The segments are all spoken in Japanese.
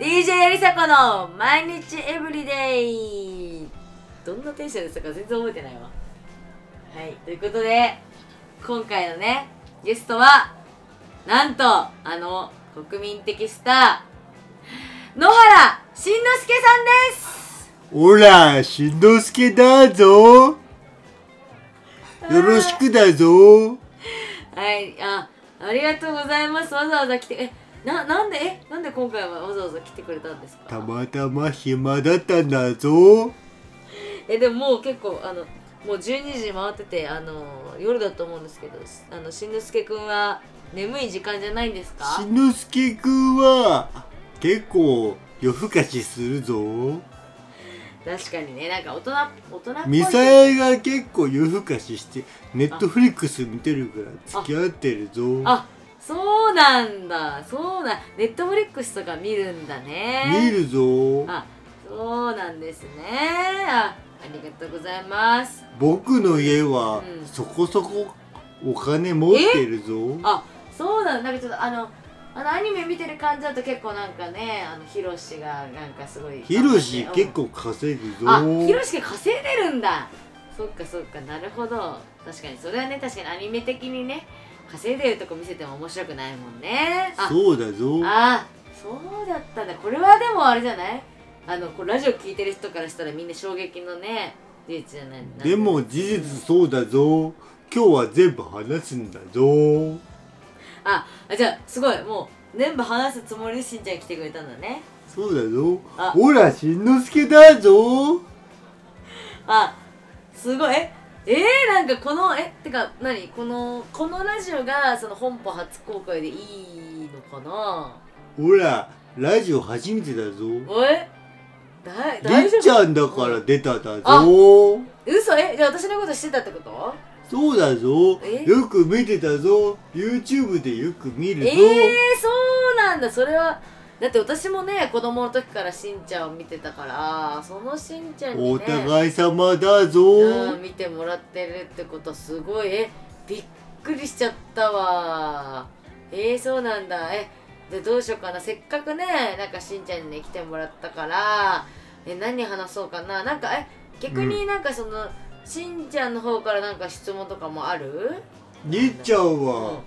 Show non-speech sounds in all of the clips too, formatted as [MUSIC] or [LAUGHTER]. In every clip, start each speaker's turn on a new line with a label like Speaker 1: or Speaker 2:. Speaker 1: DJ りさこの毎日エブリデイどんなテンションでしたか全然覚えてないわはいということで今回のねゲストはなんとあの国民的スター野原しんのすけさんです
Speaker 2: おら、しんのすけだぞ。よろしくだぞ。
Speaker 1: はいあありがとうございますわざわざ来てえななんでえなんで今回はわざわざ来てくれたんですか
Speaker 2: たまたま暇だったんだぞ。
Speaker 1: えでももう結構あのもう12時回っててあの夜だと思うんですけどあのしんのすけくんは眠い時間じゃないんですか
Speaker 2: しんのすけくんは結構夜更かしするぞ。
Speaker 1: 確かにねなんか大人大人っぽい
Speaker 2: ミサエが結構夜更かしして、ネットフリックス見てるから付き合ってるぞ。
Speaker 1: あそうなんだそうなんネットフリックスとか見るんだね
Speaker 2: 見るぞ。
Speaker 1: あそうなんですねあありがとうございます
Speaker 2: 僕の家は
Speaker 1: うん
Speaker 2: そこそこお金持ってるぞ。
Speaker 1: あそうなんだなんかちょっとあのあのアニメ見てる感じだと結構なんかねあのヒロシがなんかすごい
Speaker 2: ヒロシ
Speaker 1: うん
Speaker 2: 結構稼ぐぞ。
Speaker 1: あヒロシが稼いでるんだそっかそっかなるほど確かにそれはね確かにアニメ的にね稼いでるとこ見せても面白くないもんねあ
Speaker 2: そうだぞ。
Speaker 1: あそうだったんだこれはでもあれじゃないあのこうラジオ聞いてる人からしたらみんな衝撃のね事実じゃないなんか
Speaker 2: でも事実そうだぞ今日は全部話すんだぞ
Speaker 1: ああじゃあすごいもう全部話すつもりでしんちゃん来てくれたんだね
Speaker 2: そうだぞ
Speaker 1: あ
Speaker 2: ほらしんのすけだぞ
Speaker 1: あすごいええー、なんかこのえってか何このこのラジオがその本邦初公開でいいのかな
Speaker 2: ほらラジオ初めてだぞ
Speaker 1: おいだい
Speaker 2: り
Speaker 1: 大
Speaker 2: っ
Speaker 1: 丈夫
Speaker 2: ちゃんだから出ただ
Speaker 1: あ
Speaker 2: ぞ
Speaker 1: 嘘えじゃあ私のことしてたってこと
Speaker 2: そうだぞ
Speaker 1: え
Speaker 2: よく見てたぞ YouTube でよく見るぞ、
Speaker 1: ええー、そうなんだそれはだって私もね子供の時からしんちゃんを見てたからそのしんちゃんに
Speaker 2: お
Speaker 1: ね
Speaker 2: 互い様だぞ、
Speaker 1: うん、見てもらってるってことすごいえびっくりしちゃったわえー、そうなんだえでどうしようかなせっかくねなんかしんちゃんにね来てもらったからえ何話そうかななんかえ逆になんかその、しんちゃんの方からなんか質問とかもある
Speaker 2: りっちゃん
Speaker 1: うん
Speaker 2: は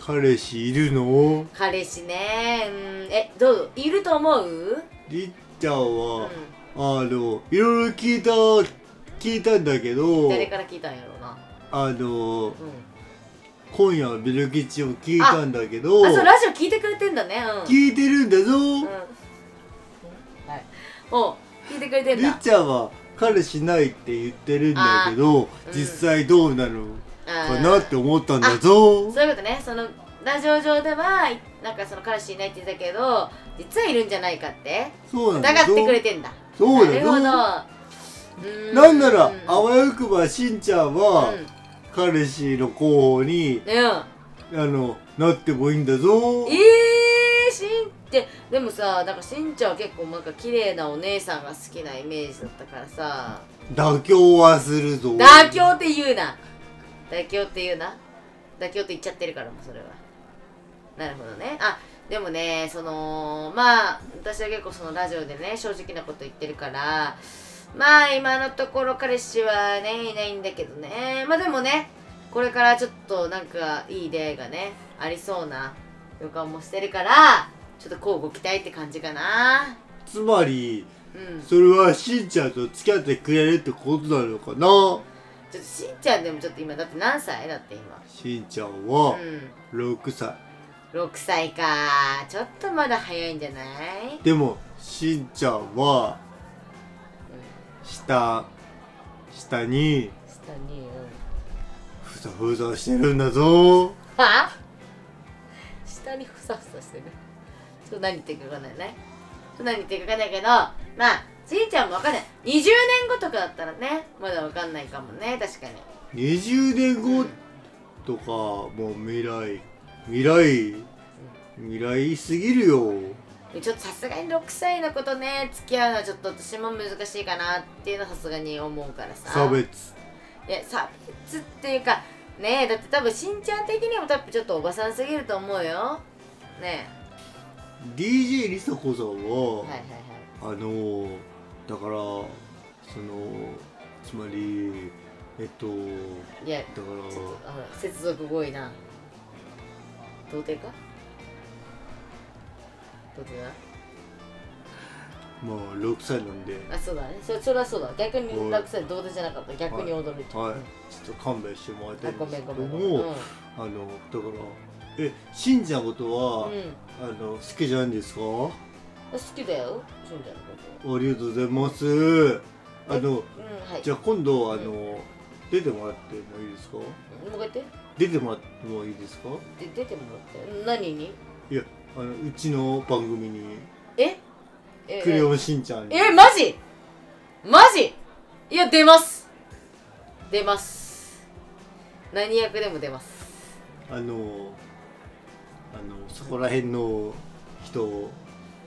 Speaker 2: 彼氏いるの
Speaker 1: 彼氏ねうんえどういると思う、
Speaker 2: りっちゃん
Speaker 1: う
Speaker 2: は、
Speaker 1: ん、
Speaker 2: あのいろいろ聞いた聞いたんだけど
Speaker 1: 誰から聞いたんやろうな、
Speaker 2: あの
Speaker 1: う
Speaker 2: 今夜はビルキッチを聞いたんだけど
Speaker 1: ん、あそうラジオ聞いてくれてんだねうん
Speaker 2: 聞いてるんだ
Speaker 1: うん
Speaker 2: ぞ、
Speaker 1: はい、お聞いてくれてん
Speaker 2: り
Speaker 1: だ
Speaker 2: っちゃんは彼氏ないって言ってるんだけど、実際どうなのかなって
Speaker 1: うん
Speaker 2: 思ったんだぞ
Speaker 1: そういうことねそのラジオ上ではいなんかその彼氏いないって言ってたけど実はいるんじゃないかって
Speaker 2: そうな
Speaker 1: 疑
Speaker 2: んだ
Speaker 1: っ
Speaker 2: ぞ
Speaker 1: てくれてんだ
Speaker 2: そう
Speaker 1: な
Speaker 2: だ
Speaker 1: る
Speaker 2: ぞ
Speaker 1: ほど
Speaker 2: な
Speaker 1: うー
Speaker 2: んなら
Speaker 1: うん
Speaker 2: あわよくばしんちゃんは、彼氏の候補に
Speaker 1: うん、うん
Speaker 2: あのなってもいいんだぞ
Speaker 1: えー、しんってでもさなんかしんちゃんは結構なんか綺麗なお姉さんが好きなイメージだったからさ
Speaker 2: 妥協はするぞ
Speaker 1: 妥協って言うな妥協って言うな妥協って言っちゃってるからもうそれはなるほどねあでもねそのまあ私は結構そのラジオでね正直なこと言ってるからまあ今のところ彼氏はねいないんだけどねまあでもねこれからちょっとなんかいい出会いがねありそうな予感もしてるからちょっと交互期待って感じかな
Speaker 2: つまり
Speaker 1: うん
Speaker 2: それはしんちゃんと付き合ってくれるってことなのかな
Speaker 1: ちょっとしんちゃんでもちょっと今だって何歳だって今
Speaker 2: しんちゃんは
Speaker 1: うん
Speaker 2: 6歳、
Speaker 1: 6歳かちょっとまだ早いんじゃない
Speaker 2: でもしんちゃんは下下に
Speaker 1: 下にうん
Speaker 2: ふさふさしてるんだぞ
Speaker 1: は下にふさふさしてるちょっと何言ってるか分かんないねちょっと何言ってるか分かんないけどまあじいちゃんも分かんない20年後とかだったらねまだ分かんないかもね確かに
Speaker 2: 20年後とかもう未来未来未来すぎるよ
Speaker 1: ちょっとさすがに6歳の子とね付き合うのはちょっと私も難しいかなっていうのはさすがに思うからさ
Speaker 2: 差別
Speaker 1: いや差別っていうかねえだって多分しんちゃん的にも多分ちょっとおばさんすぎると思うよねえ
Speaker 2: DJ 梨紗子さんは、
Speaker 1: はいはい
Speaker 2: あのだからそのつまりえっと
Speaker 1: はいいや
Speaker 2: だから
Speaker 1: ちょっとあの接続多いな童貞か童貞だ
Speaker 2: まあ6歳なんで
Speaker 1: あそうだねそそれはそうだ逆に落選童貞じゃなかった逆に驚いちゃ
Speaker 2: はい
Speaker 1: っ
Speaker 2: ちょっと勘弁してもらい
Speaker 1: た
Speaker 2: た
Speaker 1: あ
Speaker 2: いん
Speaker 1: ご
Speaker 2: で
Speaker 1: め
Speaker 2: す
Speaker 1: んご
Speaker 2: け
Speaker 1: め
Speaker 2: ど
Speaker 1: んごめ
Speaker 2: も
Speaker 1: んうんうん
Speaker 2: あのだからえしんちゃんのことは、あの好きじゃないんですか
Speaker 1: 好きだよしんちゃんのこ
Speaker 2: ありがとうございますあの
Speaker 1: とうんはい
Speaker 2: じゃあ今度あの、出てもらってもいいですか
Speaker 1: もう一回言っ
Speaker 2: 出てもらってもいいですか
Speaker 1: てで出てもらって何に
Speaker 2: いやあのうちの番組に
Speaker 1: え
Speaker 2: 「
Speaker 1: え
Speaker 2: クレヨンしんちゃんに」
Speaker 1: えマジマジいや出ます出ます何役でも出ます
Speaker 2: あのあのそこら辺の人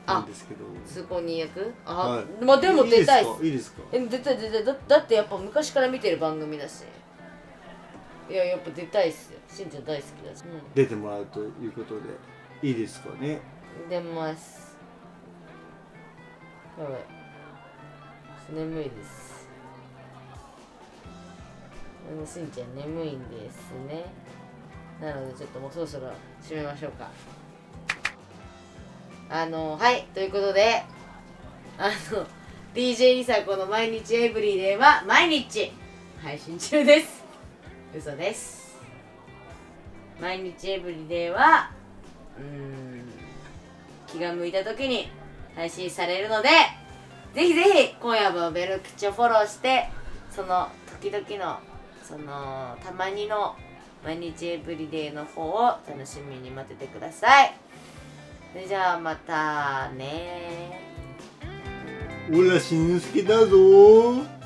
Speaker 2: なんですけど
Speaker 1: 通行人役あ、
Speaker 2: はい
Speaker 1: まあでも出たいっす
Speaker 2: いいですかいいですか
Speaker 1: え出たい出たいだだってやっぱ昔から見てる番組だしいややっぱ出たいっすよしんちゃん大好きだし、
Speaker 2: 出てもらうということでいいですかね
Speaker 1: うん、出ますやばい眠いですあのしんちゃん眠いんですねなのでちょっともうそろそろ締めましょうかあのはいということであの [LAUGHS] DJ リサ子の毎日エブリデイは毎日配信中です嘘です毎日エブリデイはうーん気が向いた時に配信されるのでぜひぜひ今夜もベルクチをフォローしてその時々のそのたまにの毎日エブリデイの方を楽しみに待っててくださいそれじゃあまたね
Speaker 2: 俺は死ぬ好きだぞー